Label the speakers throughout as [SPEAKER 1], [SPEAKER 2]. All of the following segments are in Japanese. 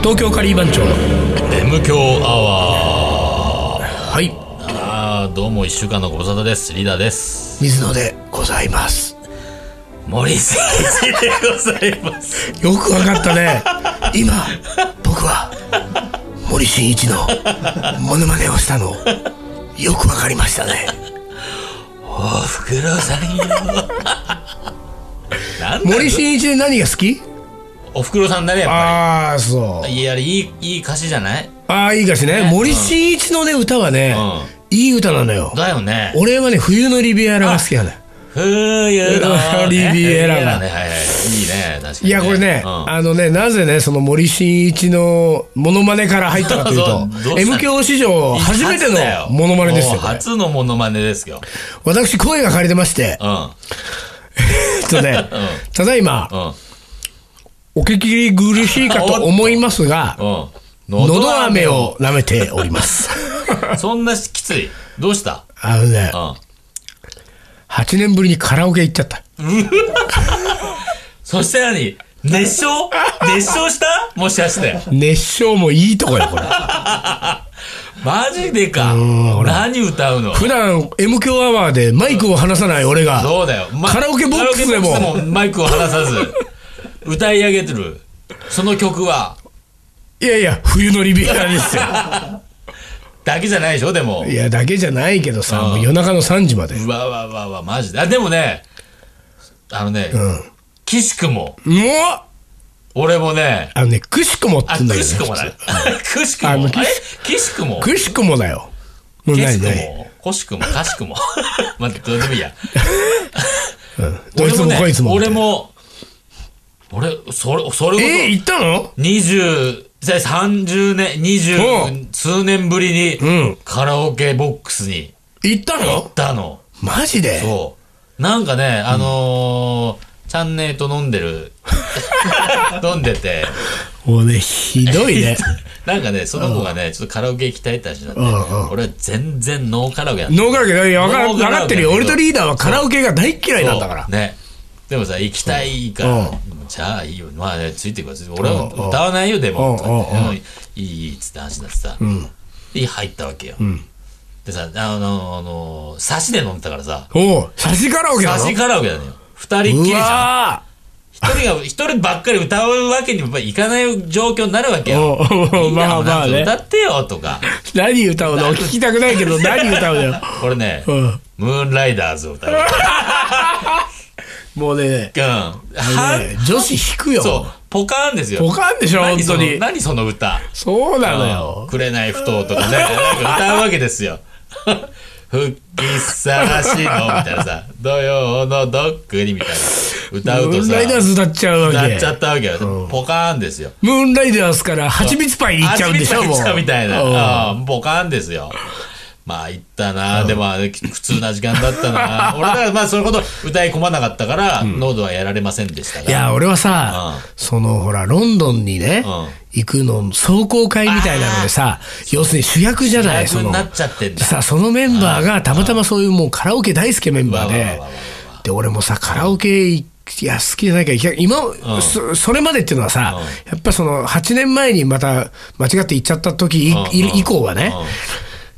[SPEAKER 1] 東京カリー番長
[SPEAKER 2] M 強アワー
[SPEAKER 1] はい
[SPEAKER 2] あーどうも一週間のご無沙汰ですリーダーです
[SPEAKER 1] 水野でございます
[SPEAKER 2] 森誠一でございます
[SPEAKER 1] よくわかったね 今僕は森進一のモノマネをしたのよくわかりましたね
[SPEAKER 2] おふくろさんよなんだ
[SPEAKER 1] 森進一で何が好き
[SPEAKER 2] おふくろさんだねやっぱ
[SPEAKER 1] ああそう
[SPEAKER 2] りいやあれいいいい歌詞じゃない
[SPEAKER 1] ああいい歌詞ね森進一のね歌はね、いい歌なのよ
[SPEAKER 2] だよね
[SPEAKER 1] 俺はね冬のリビエラが好きなのよ
[SPEAKER 2] 冬の、ね、
[SPEAKER 1] リビエラ
[SPEAKER 2] リねはいはいいいね確かに、
[SPEAKER 1] いやこれね、
[SPEAKER 2] うん
[SPEAKER 1] あのねなぜねその森進一のモノマネから入ったかという
[SPEAKER 2] そうどう
[SPEAKER 1] と
[SPEAKER 2] した
[SPEAKER 1] M 響史上初めてのモノマネですよ
[SPEAKER 2] もう
[SPEAKER 1] これ
[SPEAKER 2] 初のモノマネですよ
[SPEAKER 1] 私声が借りてまして
[SPEAKER 2] うんうん
[SPEAKER 1] えっとね、ただいまお聞き苦しいかと思いますが
[SPEAKER 2] うん
[SPEAKER 1] のど飴を舐めております
[SPEAKER 2] そんなしきついどうした
[SPEAKER 1] あのね
[SPEAKER 2] うん
[SPEAKER 1] 8年ぶりにカラオケ行っちゃった
[SPEAKER 2] そして何熱 唱熱唱したもしかして。
[SPEAKER 1] 熱唱もいいとこよこ れ
[SPEAKER 2] マジでか。何歌うの
[SPEAKER 1] 普段 M 響アワーでマイクを離さない俺が
[SPEAKER 2] そうだよ。ま
[SPEAKER 1] カラオケボックスでも
[SPEAKER 2] カラオケボックスでもマイクを離さず、歌い上げてる。その曲は。
[SPEAKER 1] いやいや冬のリビエラです よ
[SPEAKER 2] だけじゃないでしょでも。
[SPEAKER 1] いや、だけじゃないけどさ、もう夜中の3時まで。
[SPEAKER 2] うわわわわ、マジで。あ、でもね、あのね、
[SPEAKER 1] うん。もう
[SPEAKER 2] 岸君も、俺もね、
[SPEAKER 1] あのね、くしくもって
[SPEAKER 2] あ、
[SPEAKER 1] 言うんだけ
[SPEAKER 2] く
[SPEAKER 1] ど
[SPEAKER 2] しくも
[SPEAKER 1] ね。
[SPEAKER 2] だ
[SPEAKER 1] 普。
[SPEAKER 2] くしくも。あ
[SPEAKER 1] あ
[SPEAKER 2] れ
[SPEAKER 1] もう
[SPEAKER 2] 岸君も
[SPEAKER 1] 通。くしくもだよ。もう
[SPEAKER 2] けし
[SPEAKER 1] 何
[SPEAKER 2] く
[SPEAKER 1] 何
[SPEAKER 2] も、こしくも、かしくも。 まあ、どうでもいいや。
[SPEAKER 1] どいつもこいつも。
[SPEAKER 2] 俺も、俺、それ、それこ
[SPEAKER 1] えー、行ったの
[SPEAKER 2] そ、20、じゃあ30年、
[SPEAKER 1] うん
[SPEAKER 2] 20数年ぶり
[SPEAKER 1] うん
[SPEAKER 2] に、カラオケボックスに
[SPEAKER 1] 行った
[SPEAKER 2] 行
[SPEAKER 1] の
[SPEAKER 2] ったの。
[SPEAKER 1] マジで
[SPEAKER 2] そう。なんかね、あのー、チャンネルと飲ん でる、飲んでて、
[SPEAKER 1] もうね、ひどい ね。
[SPEAKER 2] なんかね、その子がね、ちょっとカラオケ行きたいって話になって
[SPEAKER 1] うんう、ん
[SPEAKER 2] 俺は全然ノーカラオケなん
[SPEAKER 1] ノーカラオケだよ。わか
[SPEAKER 2] ノーカラオケ
[SPEAKER 1] わかってるよ。俺とリーダーはカラオケが大っ嫌いなんだから
[SPEAKER 2] そう。ねでもさ行きたいから、
[SPEAKER 1] うん
[SPEAKER 2] じゃあいいよまあねついてくわついてく俺は歌わないよでも、
[SPEAKER 1] うんうんうん
[SPEAKER 2] いいいいっつって話になってさ、で入ったわけよ、でさあのあの差しで飲んでたからさ
[SPEAKER 1] おう、差しカラオケな
[SPEAKER 2] 差
[SPEAKER 1] の
[SPEAKER 2] しカラオケなのよ二人っきり
[SPEAKER 1] う
[SPEAKER 2] じゃん
[SPEAKER 1] わ
[SPEAKER 2] 一人が一人ばっかり歌うわけにもやっぱいかない状況になるわけよ
[SPEAKER 1] ーおうおう
[SPEAKER 2] みんな
[SPEAKER 1] まあ
[SPEAKER 2] も
[SPEAKER 1] まあ
[SPEAKER 2] なん
[SPEAKER 1] ね
[SPEAKER 2] か。歌ってよとか
[SPEAKER 1] 何歌うの聞きたくないけど、 何歌うのよ。
[SPEAKER 2] 俺ね、
[SPEAKER 1] うん
[SPEAKER 2] ムーンライダーズを歌う、うん、
[SPEAKER 1] もうね、あの
[SPEAKER 2] は
[SPEAKER 1] ね女子引くよ。
[SPEAKER 2] そうポカーンですよ
[SPEAKER 1] ポカンでしょ、本
[SPEAKER 2] 何そ
[SPEAKER 1] 当
[SPEAKER 2] の
[SPEAKER 1] に。
[SPEAKER 2] 何その歌
[SPEAKER 1] そうなの
[SPEAKER 2] うん
[SPEAKER 1] よ。
[SPEAKER 2] 紅不当とかね、なんか歌うわけですよ。 復帰探しのみたいなさ、土曜のドッグにみたいな歌う
[SPEAKER 1] ム
[SPEAKER 2] と
[SPEAKER 1] ーン
[SPEAKER 2] さ、
[SPEAKER 1] ライダーズ歌っちゃうわ
[SPEAKER 2] 歌
[SPEAKER 1] け
[SPEAKER 2] っち。ゃったわけよ。ポカーンですよ。
[SPEAKER 1] ムーンライダーズから蜂蜜パイに行っちゃうんでしょ、
[SPEAKER 2] あっち
[SPEAKER 1] も
[SPEAKER 2] に
[SPEAKER 1] う。
[SPEAKER 2] 行っちゃうみたい
[SPEAKER 1] うん
[SPEAKER 2] な。うんポカーンですよ。まあ行ったな、でもあれ普通な時間だっ たな。俺だからまあそれほど歌い込まなかったから、喉はやられませんでした
[SPEAKER 1] い
[SPEAKER 2] が。
[SPEAKER 1] や、俺はさ
[SPEAKER 2] う、
[SPEAKER 1] そのほら、ロンドンにね
[SPEAKER 2] うん、
[SPEAKER 1] 行くの、壮行会みたいなのでさ、要するに主役じゃない、
[SPEAKER 2] 楽
[SPEAKER 1] そ
[SPEAKER 2] に
[SPEAKER 1] の。
[SPEAKER 2] なっちゃってんだ。
[SPEAKER 1] さ、そのメンバーがたまたまそういうもうカラオケ大好きメンバー
[SPEAKER 2] わわわ
[SPEAKER 1] で
[SPEAKER 2] わわわ、
[SPEAKER 1] で、俺もさ、カラオケいや、好きじゃないからいや、今、そそれまでっていうのはさ、やっぱその、8年前にまた間違って行っちゃった時いい以降はね、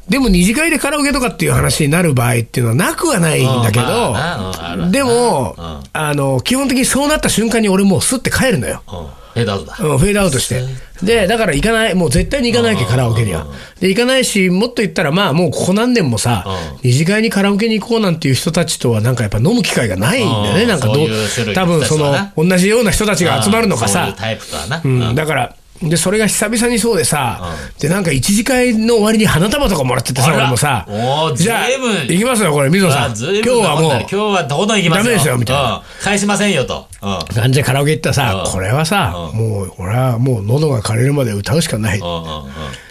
[SPEAKER 1] でも二次会でカラオケとかっていう話になる場合っていうのはなくはないんだけ
[SPEAKER 2] うんまあなうんある
[SPEAKER 1] ど、
[SPEAKER 2] わな
[SPEAKER 1] でも
[SPEAKER 2] うん、
[SPEAKER 1] あの、基本的にそうなった瞬間に俺もうスッて帰るのよ。
[SPEAKER 2] うんヘダードだ。
[SPEAKER 1] うんフェードアウトして。で、だから行かない、もう絶対に行かないわけ、カラオケには。で、行かないし、もっと言ったら、まあもうここ何年もさ、二次会にカラオケに行こうなんていう人たちとは、なんかやっぱ飲む機会がないんだよね、
[SPEAKER 2] うん
[SPEAKER 1] なんかど
[SPEAKER 2] そういう種類の人たちは
[SPEAKER 1] 多分その
[SPEAKER 2] な、
[SPEAKER 1] 同じような人たちが集まるのか
[SPEAKER 2] そういう
[SPEAKER 1] さ、
[SPEAKER 2] タイプかな。
[SPEAKER 1] うん、だから、で、それが久々にそうでさ、で、なんか一次会の終わりに花束とかもらってて
[SPEAKER 2] あ
[SPEAKER 1] さ、
[SPEAKER 2] ら
[SPEAKER 1] 俺もさ
[SPEAKER 2] おー、
[SPEAKER 1] じゃあ、
[SPEAKER 2] 随分
[SPEAKER 1] 行きますよ、これ、水野
[SPEAKER 2] あ
[SPEAKER 1] さん。
[SPEAKER 2] ず
[SPEAKER 1] 今
[SPEAKER 2] い
[SPEAKER 1] 日
[SPEAKER 2] ぶん
[SPEAKER 1] はも
[SPEAKER 2] な
[SPEAKER 1] う
[SPEAKER 2] 今、日はとことん行きますよ。
[SPEAKER 1] ダメですよみたいな
[SPEAKER 2] うん返しませんよと。うん。
[SPEAKER 1] なんじゃカラオケ行ったらさ
[SPEAKER 2] う、ん
[SPEAKER 1] これはさ、もう、俺はもう喉が枯れるまで歌うしかない。
[SPEAKER 2] うんうんうん。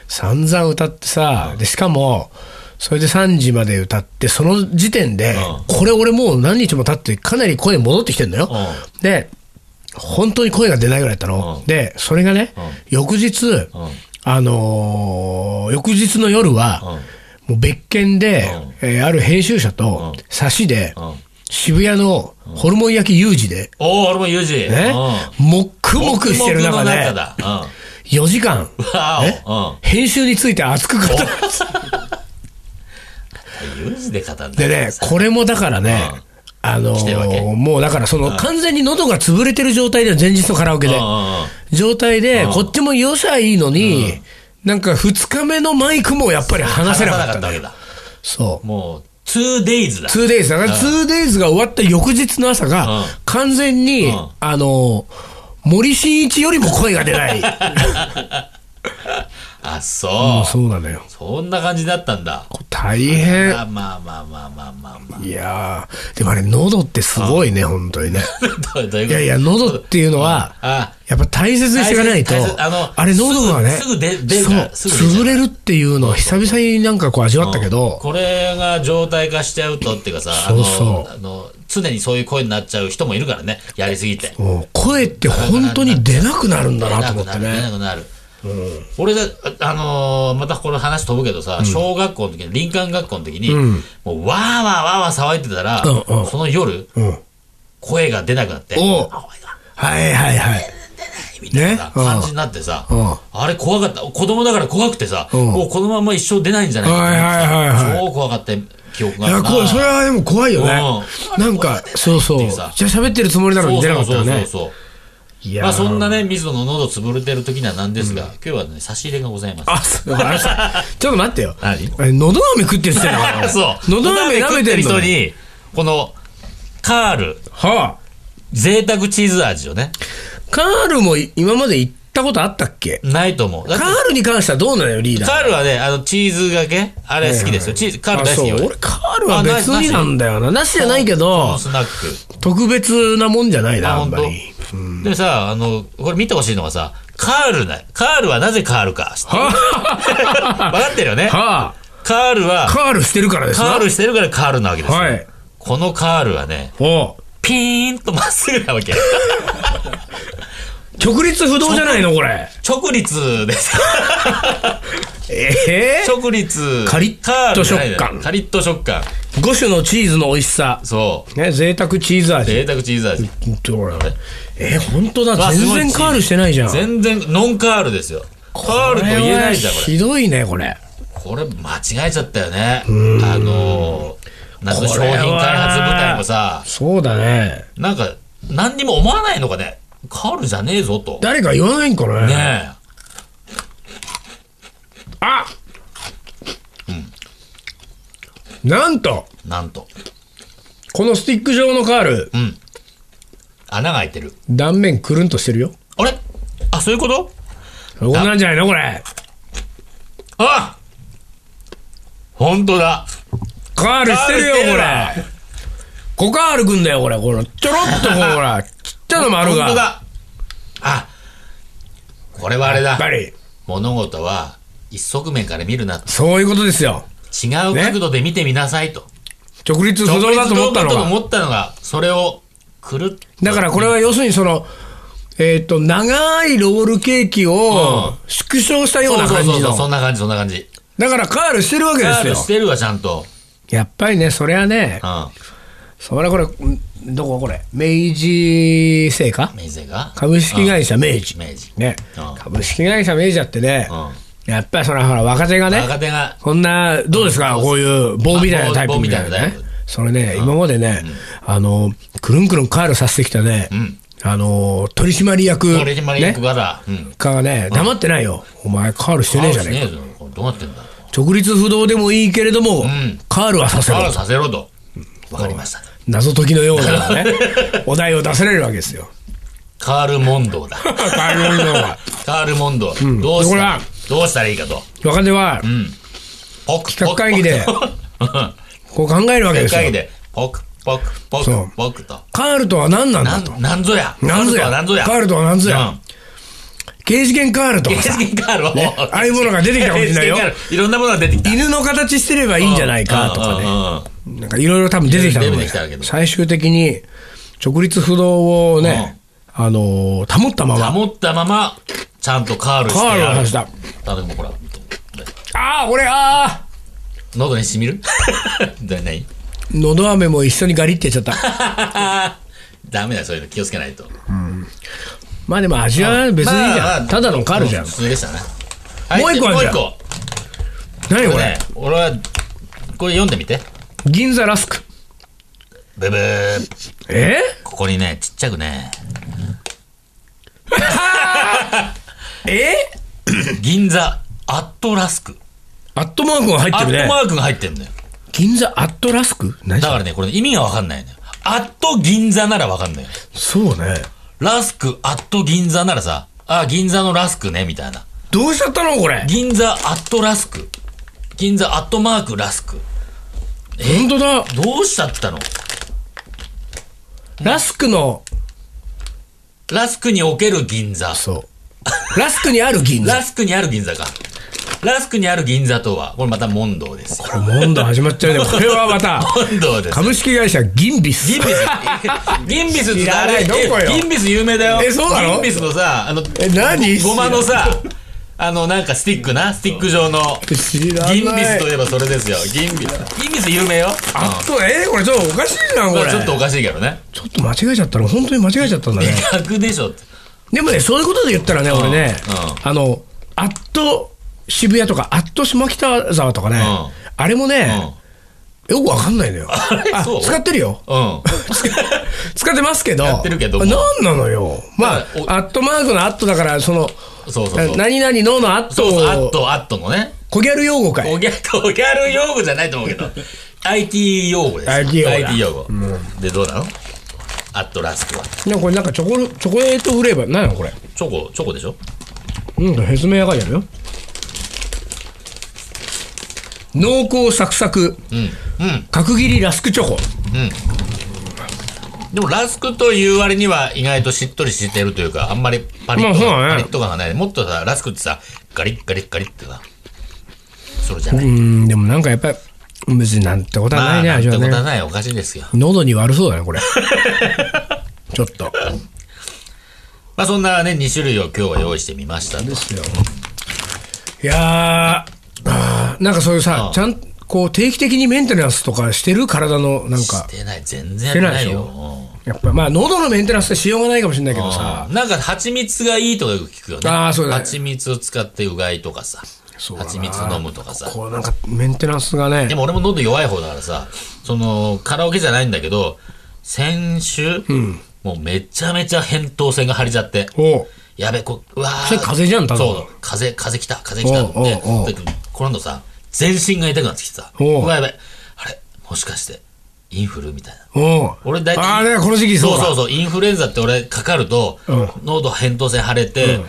[SPEAKER 1] 散々歌ってさ、でしかもそれで3時まで歌ってその時点で、これ俺もう何日も経ってかなり声戻ってきてんのよ、
[SPEAKER 2] う
[SPEAKER 1] で本当に声が出ないぐらいだったの、
[SPEAKER 2] うん
[SPEAKER 1] でそれがね、翌日、あのー翌日の夜は、もう別件で、えーある編集者と差しで、
[SPEAKER 2] ん
[SPEAKER 1] 渋谷のホルモン焼き有事で、
[SPEAKER 2] おお、俺もユージ。
[SPEAKER 1] ね
[SPEAKER 2] う
[SPEAKER 1] もっくもくしてる中で
[SPEAKER 2] 黙々の中だ。うん。
[SPEAKER 1] 4時間、
[SPEAKER 2] わ
[SPEAKER 1] え
[SPEAKER 2] お、
[SPEAKER 1] 編集について熱く語る。
[SPEAKER 2] うん。ユージで語ん
[SPEAKER 1] でね、これもだからね、あの
[SPEAKER 2] 来てるわけ
[SPEAKER 1] ー、もうだからその完全に喉が潰れてる状態で、前日のカラオケで
[SPEAKER 2] うん。うんうん
[SPEAKER 1] 状態で、
[SPEAKER 2] ん
[SPEAKER 1] こっちも良さいいのに、なんか2日目のマイクもやっぱり話せなか
[SPEAKER 2] 話
[SPEAKER 1] っ
[SPEAKER 2] さ
[SPEAKER 1] たん
[SPEAKER 2] な
[SPEAKER 1] だ
[SPEAKER 2] わけ
[SPEAKER 1] よ。
[SPEAKER 2] だ。
[SPEAKER 1] そう。
[SPEAKER 2] もう、2days だ。
[SPEAKER 1] 2days だから 2days が終わった翌日の朝
[SPEAKER 2] うん
[SPEAKER 1] が、完全に、
[SPEAKER 2] うん
[SPEAKER 1] あのー、森進一よりも声が出ない。
[SPEAKER 2] あ、
[SPEAKER 1] も
[SPEAKER 2] そうう。
[SPEAKER 1] そうなのよ。
[SPEAKER 2] そんな感じだったんだ。
[SPEAKER 1] 大変。
[SPEAKER 2] あまあまあまあまあまあまあ。
[SPEAKER 1] いやー、でもあれ、喉ってすごいね、本当にね。
[SPEAKER 2] どうどうい
[SPEAKER 1] い
[SPEAKER 2] うこと
[SPEAKER 1] やいや、喉っていうのは、
[SPEAKER 2] あ、
[SPEAKER 1] やっぱ大切にしていかないと
[SPEAKER 2] 大切大、切あの
[SPEAKER 1] あれ喉がね、
[SPEAKER 2] すぐすぐ出出るから
[SPEAKER 1] そう、
[SPEAKER 2] すぐ出ちゃう
[SPEAKER 1] 潰れるっていうのを久々になんかこう味わったけど、
[SPEAKER 2] これが状態化しちゃうとっていうかさ、あ
[SPEAKER 1] そ
[SPEAKER 2] の
[SPEAKER 1] うそう
[SPEAKER 2] あの常にそういう声になっちゃう人もいるからね、やりすぎて。
[SPEAKER 1] もう声って本当に出なくなるんだなと思って
[SPEAKER 2] 出な
[SPEAKER 1] ね。
[SPEAKER 2] くなる。俺だ、ああのーまたこの話飛ぶけどさ、小学校の時に、林間学校の時に、もうわーわーわーわー騒いでたら、
[SPEAKER 1] うんうん
[SPEAKER 2] その夜、
[SPEAKER 1] うん。
[SPEAKER 2] 声が出なくなって、
[SPEAKER 1] おう
[SPEAKER 2] あ声が
[SPEAKER 1] はいはいはい。
[SPEAKER 2] みたいな
[SPEAKER 1] ねうん
[SPEAKER 2] 感じになってさ、
[SPEAKER 1] うん
[SPEAKER 2] あれ怖かった。子供だから怖くてさ、
[SPEAKER 1] ん
[SPEAKER 2] もうこのまま一生出ないんじゃないか
[SPEAKER 1] はいはいはいはい
[SPEAKER 2] 超怖かった記憶が
[SPEAKER 1] い
[SPEAKER 2] あ
[SPEAKER 1] や、
[SPEAKER 2] るな。
[SPEAKER 1] こうそれはでも怖いよね
[SPEAKER 2] う。ん
[SPEAKER 1] なんか、そうそう。
[SPEAKER 2] っ
[SPEAKER 1] じ
[SPEAKER 2] てい
[SPEAKER 1] ゃ
[SPEAKER 2] う
[SPEAKER 1] あ
[SPEAKER 2] さ
[SPEAKER 1] 喋ってるつもりなのに出なかったよね。
[SPEAKER 2] そうそうそうそう
[SPEAKER 1] い
[SPEAKER 2] まあそん
[SPEAKER 1] な。
[SPEAKER 2] なね、水野の喉潰れてる時にはなんですが、今日はね、差し入れがございます。
[SPEAKER 1] あ、そう、あれ さちょっと待ってよ。
[SPEAKER 2] 何
[SPEAKER 1] あれ喉飴食ってる人やな
[SPEAKER 2] そう。
[SPEAKER 1] 喉飴舐めてる
[SPEAKER 2] 人
[SPEAKER 1] 人に。
[SPEAKER 2] に、この、カール、
[SPEAKER 1] はあ。
[SPEAKER 2] 贅沢チーズ味をね、
[SPEAKER 1] カールも今まで行ったことあったっけ
[SPEAKER 2] ないと思う。だって
[SPEAKER 1] カールに関してはどうなのよ、リーダー。
[SPEAKER 2] カールはね、あの、チーズがけあれ好きですよ。チーズ、カール
[SPEAKER 1] あ
[SPEAKER 2] 大好
[SPEAKER 1] そ
[SPEAKER 2] き
[SPEAKER 1] う
[SPEAKER 2] よ。
[SPEAKER 1] 俺カールは別になんだよななしじゃないけ
[SPEAKER 2] あ
[SPEAKER 1] ど
[SPEAKER 2] なしスナック。
[SPEAKER 1] 特別なもんじゃないな
[SPEAKER 2] あ、
[SPEAKER 1] あん
[SPEAKER 2] 本
[SPEAKER 1] ま
[SPEAKER 2] 当
[SPEAKER 1] り。
[SPEAKER 2] でさ、あの、これ見てほしいのがさ、カールな、カールはなぜカールか。知っ てるわかってる よね。
[SPEAKER 1] はあ
[SPEAKER 2] カールは、
[SPEAKER 1] カールしてるからです
[SPEAKER 2] カ
[SPEAKER 1] な
[SPEAKER 2] ールしてるからカールなわけですよ。
[SPEAKER 1] はい
[SPEAKER 2] このカールはね、
[SPEAKER 1] お
[SPEAKER 2] ピーンとまっすぐ なわけ。
[SPEAKER 1] 直立不動じゃないのこれ
[SPEAKER 2] 直立です。
[SPEAKER 1] ええ
[SPEAKER 2] 直立。
[SPEAKER 1] カリッと食感
[SPEAKER 2] カールじゃないのよカリッと食感。
[SPEAKER 1] 5種のチーズの美味しさ
[SPEAKER 2] そう。
[SPEAKER 1] ね贅沢チーズ味
[SPEAKER 2] 贅沢チーズ味。
[SPEAKER 1] どうなのえ本当だ
[SPEAKER 2] わす
[SPEAKER 1] 全
[SPEAKER 2] ごい
[SPEAKER 1] 然カールしてないじゃん
[SPEAKER 2] 全然、ノンカールですよ。カールと言えないじゃん、こ
[SPEAKER 1] これはひどいねこれ
[SPEAKER 2] れ。これ、間違えちゃったよね。あのー、なんか商品開発部隊もさ、
[SPEAKER 1] そうだね
[SPEAKER 2] なんか、何にも思わないのかね。カールじゃねえぞと。
[SPEAKER 1] 誰か言わないんかね
[SPEAKER 2] ねえ。
[SPEAKER 1] あなんと
[SPEAKER 2] なんと。
[SPEAKER 1] このスティック状のカール
[SPEAKER 2] うん。穴が開いてる。
[SPEAKER 1] 断面くるんとしてるよ
[SPEAKER 2] あれあ、そういうこと
[SPEAKER 1] こんなんじゃないのこれ
[SPEAKER 2] あ本当だ。
[SPEAKER 1] カールしてるよ
[SPEAKER 2] カールしてるわ
[SPEAKER 1] これコカールくんだよこれこのちょろっとこうほらちっちゃな
[SPEAKER 2] 本
[SPEAKER 1] 丸が
[SPEAKER 2] 当だ。あ、これはあれ
[SPEAKER 1] や
[SPEAKER 2] だ
[SPEAKER 1] っ。ぱり
[SPEAKER 2] 物事は一側面から見るな。
[SPEAKER 1] そういうことですよ
[SPEAKER 2] 違う角度で見てみなさいと。
[SPEAKER 1] 直立不動だと思ったの
[SPEAKER 2] 直立不動だと
[SPEAKER 1] が
[SPEAKER 2] 思ったのが、それをくるっと
[SPEAKER 1] だからこれは要するにそのえっと長いロールケーキを縮小したよう
[SPEAKER 2] そう
[SPEAKER 1] な
[SPEAKER 2] そう
[SPEAKER 1] 感
[SPEAKER 2] そう
[SPEAKER 1] じ
[SPEAKER 2] そう、そ
[SPEAKER 1] の
[SPEAKER 2] んな感じ、そんな感じ。
[SPEAKER 1] だからカールしてるわけ
[SPEAKER 2] カー
[SPEAKER 1] で
[SPEAKER 2] ル
[SPEAKER 1] す
[SPEAKER 2] し
[SPEAKER 1] よ
[SPEAKER 2] てるわ、ちゃんと。
[SPEAKER 1] やっぱりねそれはね
[SPEAKER 2] う
[SPEAKER 1] それこれんどここれ明治製菓
[SPEAKER 2] ん。明治が
[SPEAKER 1] 株式会社明治
[SPEAKER 2] 明治。
[SPEAKER 1] ね
[SPEAKER 2] うん
[SPEAKER 1] 株式会社明治だってね
[SPEAKER 2] う
[SPEAKER 1] やっぱりそらほら若手がね
[SPEAKER 2] 若手が、
[SPEAKER 1] こんなどうですか
[SPEAKER 2] うん
[SPEAKER 1] こういう棒みたいなタイ
[SPEAKER 2] あ
[SPEAKER 1] プ
[SPEAKER 2] 棒
[SPEAKER 1] みたい
[SPEAKER 2] 棒みた
[SPEAKER 1] ないね
[SPEAKER 2] なタイプ
[SPEAKER 1] それね今までねあのくるんくるんカールさせてきたね
[SPEAKER 2] ん
[SPEAKER 1] あの取締役
[SPEAKER 2] 俺にマリック
[SPEAKER 1] ね
[SPEAKER 2] がだ。うん。
[SPEAKER 1] かがね黙ってないよお前カールしてねえじゃねえか
[SPEAKER 2] カールしねえぞこれどうなってんだ
[SPEAKER 1] 直立不動でもいいけれども
[SPEAKER 2] ん
[SPEAKER 1] カールはさせ
[SPEAKER 2] カ
[SPEAKER 1] ろ
[SPEAKER 2] ールさせろと。わかりました。
[SPEAKER 1] 謎解きのようなね お題を出されるわけですよ
[SPEAKER 2] カール問答だ。
[SPEAKER 1] カールのは
[SPEAKER 2] カールモンド、どう
[SPEAKER 1] こ
[SPEAKER 2] した
[SPEAKER 1] れ
[SPEAKER 2] ら
[SPEAKER 1] は、
[SPEAKER 2] どうしたらいいかと。
[SPEAKER 1] 若手は
[SPEAKER 2] ポク
[SPEAKER 1] 企画会議で
[SPEAKER 2] ポクポクうん
[SPEAKER 1] こう考えるわけで
[SPEAKER 2] 企画
[SPEAKER 1] すよ
[SPEAKER 2] 会議で、ポクポクポ
[SPEAKER 1] そ
[SPEAKER 2] ク
[SPEAKER 1] う
[SPEAKER 2] ポクと。
[SPEAKER 1] カールとは何なん
[SPEAKER 2] な
[SPEAKER 1] だと
[SPEAKER 2] ん、なんぞや。
[SPEAKER 1] なんぞや
[SPEAKER 2] なんぞや。
[SPEAKER 1] カールとはなんぞや
[SPEAKER 2] うん。
[SPEAKER 1] 刑事件カールと
[SPEAKER 2] ゲ
[SPEAKER 1] かさ
[SPEAKER 2] ージカールを。
[SPEAKER 1] ねああいうものが出てきたかもしれないよ
[SPEAKER 2] ゲージカールいろんなものが出てきた。い
[SPEAKER 1] 犬の形してればいいんじゃないかとかね
[SPEAKER 2] ね。
[SPEAKER 1] なんかいろいろ多分出てきたと思うよ
[SPEAKER 2] 出てきたけど
[SPEAKER 1] 最終的に直立不動をねあのー保ったまま
[SPEAKER 2] 保ったまま、ちゃんとカールして
[SPEAKER 1] カール
[SPEAKER 2] や
[SPEAKER 1] を
[SPEAKER 2] る
[SPEAKER 1] 出した
[SPEAKER 2] あ、でもほら、
[SPEAKER 1] ああこれああ
[SPEAKER 2] 喉にしみる だいない
[SPEAKER 1] 喉飴 も一緒にガリってやっちゃった
[SPEAKER 2] ダメだよ、そういうの気をつけないと。
[SPEAKER 1] まあでも味は別にいいじゃん、
[SPEAKER 2] まあまあ
[SPEAKER 1] ただのカルじゃん、
[SPEAKER 2] 普通でしたね。はい
[SPEAKER 1] もう一個あるじゃん
[SPEAKER 2] もう一
[SPEAKER 1] 何こ
[SPEAKER 2] 個。こ
[SPEAKER 1] れ
[SPEAKER 2] れ、俺は、これ読んでみて。
[SPEAKER 1] 銀座ラスク
[SPEAKER 2] ブブー。
[SPEAKER 1] え
[SPEAKER 2] ここにね、ちっちゃくね、
[SPEAKER 1] え
[SPEAKER 2] 銀座アットラスク。
[SPEAKER 1] アットマークが入っ
[SPEAKER 2] ア
[SPEAKER 1] てる
[SPEAKER 2] ット
[SPEAKER 1] ね
[SPEAKER 2] マークが入ってるんだよ。
[SPEAKER 1] 銀座アットラスク何
[SPEAKER 2] だからね、これ意味がわかんないのよ。アット銀座ならわかんないよ。
[SPEAKER 1] そうね
[SPEAKER 2] ラスクアット銀座ならさ、あ、銀座のラスクね、みたいな。
[SPEAKER 1] どうしちゃったのこれ
[SPEAKER 2] 銀座アットラスク。銀座アットマークラスク。
[SPEAKER 1] 本当だ
[SPEAKER 2] どうしちゃったの
[SPEAKER 1] ラスクの
[SPEAKER 2] ラスクにおける銀座。
[SPEAKER 1] そうラスクにある銀座
[SPEAKER 2] ラスクにある銀座か。ラスクにある銀座とは、これまた問答です。
[SPEAKER 1] 問題始まっちゃうねこれはまた
[SPEAKER 2] 問答です。
[SPEAKER 1] 株式会社銀ビス
[SPEAKER 2] ギンビス。 ギンビスっ
[SPEAKER 1] 知
[SPEAKER 2] て
[SPEAKER 1] ら
[SPEAKER 2] あ
[SPEAKER 1] な
[SPEAKER 2] れ、
[SPEAKER 1] いどこよ
[SPEAKER 2] ギンビス有名だよ。
[SPEAKER 1] えそうなの
[SPEAKER 2] ギンビスのさ、あの、
[SPEAKER 1] え何
[SPEAKER 2] ごまのさ、あの、なんかスティックな、スティック状の。
[SPEAKER 1] 知らない
[SPEAKER 2] ギンビスといえばそれですよ。ギンビス。ギンビス有名よ。
[SPEAKER 1] あっとえーこれちょっとおかしいな
[SPEAKER 2] うん
[SPEAKER 1] こ
[SPEAKER 2] ま
[SPEAKER 1] れ
[SPEAKER 2] あちょっとおかしいけどね。
[SPEAKER 1] ちょっと間違えちゃったの本当に間違えちゃったんだね
[SPEAKER 2] 逆でしょって。
[SPEAKER 1] でもね、そういうことで言ったらね、俺ね、
[SPEAKER 2] う
[SPEAKER 1] あの、アット渋谷とか、アット下北沢とかね、
[SPEAKER 2] ん
[SPEAKER 1] あれも
[SPEAKER 2] う
[SPEAKER 1] ね、よくわかん ないのよ。
[SPEAKER 2] れ
[SPEAKER 1] あ
[SPEAKER 2] そう
[SPEAKER 1] 使ってる よ。
[SPEAKER 2] ん。うん。
[SPEAKER 1] 使ってますけど、
[SPEAKER 2] ってるけども
[SPEAKER 1] 何なのよ。まあ
[SPEAKER 2] だから、お
[SPEAKER 1] アットマークのアットだから、その、
[SPEAKER 2] そうそうそう。
[SPEAKER 1] 何々ののアット
[SPEAKER 2] そうそう、アッ
[SPEAKER 1] を、
[SPEAKER 2] ト、アットのね。
[SPEAKER 1] コギャル用語かい。
[SPEAKER 2] おギャル、おギャル用語じゃないと思うけど。IT 用語です。
[SPEAKER 1] IT 用語だ
[SPEAKER 2] 用語で、どうなのアットラスクは。
[SPEAKER 1] なんかこれなんかチョコレ、チョコレートフレーバー、何なのこれ。
[SPEAKER 2] チョコ、チョコでしょ
[SPEAKER 1] うん、説明がいてあるよ。濃厚サクサク、
[SPEAKER 2] うん。うん。
[SPEAKER 1] 角切りラスクチョコ。
[SPEAKER 2] でも、ラスクという割には意外としっとりしてるというか、あんまりパリッと
[SPEAKER 1] まあ
[SPEAKER 2] 感、
[SPEAKER 1] そうだ
[SPEAKER 2] パ
[SPEAKER 1] ね
[SPEAKER 2] リッと感がない。もっとさ、ラスクってさ、ガリッガリッガリッってさ、それじゃな
[SPEAKER 1] う
[SPEAKER 2] い。
[SPEAKER 1] ーん、でもなんかやっぱり、別になんてことは
[SPEAKER 2] ま
[SPEAKER 1] な
[SPEAKER 2] あ、
[SPEAKER 1] いね、
[SPEAKER 2] なん
[SPEAKER 1] 味
[SPEAKER 2] てこ
[SPEAKER 1] は
[SPEAKER 2] とは
[SPEAKER 1] ね。
[SPEAKER 2] ない、おかしいですよ。
[SPEAKER 1] 喉に悪そうだね、これ。 ちょっと。
[SPEAKER 2] まあ、そんなね、2種類を今日は用意してみましたと。
[SPEAKER 1] ですよ。いやー、あーなんかそういうさ、ちゃん、こう定期的にメンテナンスとかしてる体の、なんか
[SPEAKER 2] し、てない、全然やってないよ
[SPEAKER 1] して。やっぱまあ喉のメンテナンスってしようがないかもしれないけどさ、
[SPEAKER 2] うんなんか蜂蜜がいいとかよく聞くよね。
[SPEAKER 1] あーそうだね
[SPEAKER 2] 蜂蜜を使ってうがいとかさ。
[SPEAKER 1] そうだな
[SPEAKER 2] 蜂蜜飲むとかさ。
[SPEAKER 1] こうなんかメンテナンスがね
[SPEAKER 2] で、も俺も喉弱い方だからさ、その、カラオケじゃないんだけど、先週、もうめちゃめちゃ扁桃腺が張りちゃって、
[SPEAKER 1] おう
[SPEAKER 2] やべ、こう、うわー
[SPEAKER 1] それ風邪じゃんただの
[SPEAKER 2] そう、風邪、風邪来た、風邪来た
[SPEAKER 1] おう
[SPEAKER 2] で
[SPEAKER 1] おうおう
[SPEAKER 2] で、今度さ、全身が痛くなってきてさ、
[SPEAKER 1] おう
[SPEAKER 2] うわ、やべ、あれ、もしかして、インフルみたいな。
[SPEAKER 1] おう
[SPEAKER 2] 俺大体
[SPEAKER 1] ああねこの時期そう
[SPEAKER 2] そう
[SPEAKER 1] だ
[SPEAKER 2] そうそうインフルエンザって俺かかると、
[SPEAKER 1] うん
[SPEAKER 2] 喉扁桃腺腫れて、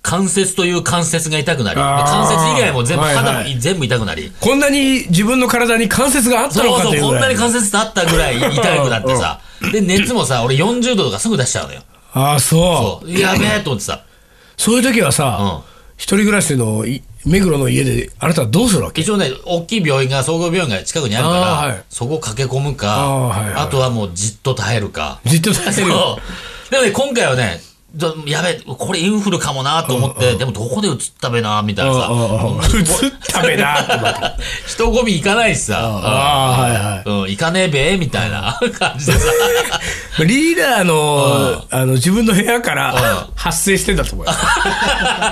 [SPEAKER 2] 関節という関節が痛くなりで
[SPEAKER 1] あー
[SPEAKER 2] 関節以外も全部
[SPEAKER 1] はい
[SPEAKER 2] 肌
[SPEAKER 1] はい
[SPEAKER 2] も、全部痛くなり
[SPEAKER 1] こんなに自分の体に関節があった
[SPEAKER 2] そう
[SPEAKER 1] のか
[SPEAKER 2] そ
[SPEAKER 1] というう
[SPEAKER 2] こ
[SPEAKER 1] ぐ
[SPEAKER 2] んな
[SPEAKER 1] ら
[SPEAKER 2] に
[SPEAKER 1] い
[SPEAKER 2] 関節ってあったぐらい痛くなってさ、で熱もさ俺40度とかすぐ出しちゃうのよ
[SPEAKER 1] ああそう
[SPEAKER 2] そうやべえと思ってさ
[SPEAKER 1] そういう時はさ、一人暮らしのい目黒の家で、あなたはどうするわけ
[SPEAKER 2] 一応ね大きい病院が総合病院が近くにあるから、
[SPEAKER 1] あーはい
[SPEAKER 2] そこ駆け込むかあ,、
[SPEAKER 1] あーはいはい
[SPEAKER 2] とはもうじっと耐えるか
[SPEAKER 1] じっと耐える
[SPEAKER 2] そう。でもね、今回はね、ちょやべえ、これインフルかもなと思って、でもどこで映ったべなみたいなさ。
[SPEAKER 1] 映ったべな って思って
[SPEAKER 2] 人混み行かないしさ。
[SPEAKER 1] ああ、は
[SPEAKER 2] うん、行かねえべみたいな感じ でさ。
[SPEAKER 1] いはい。リーダーの、あの、自分の部屋から発生してんだと思う よ。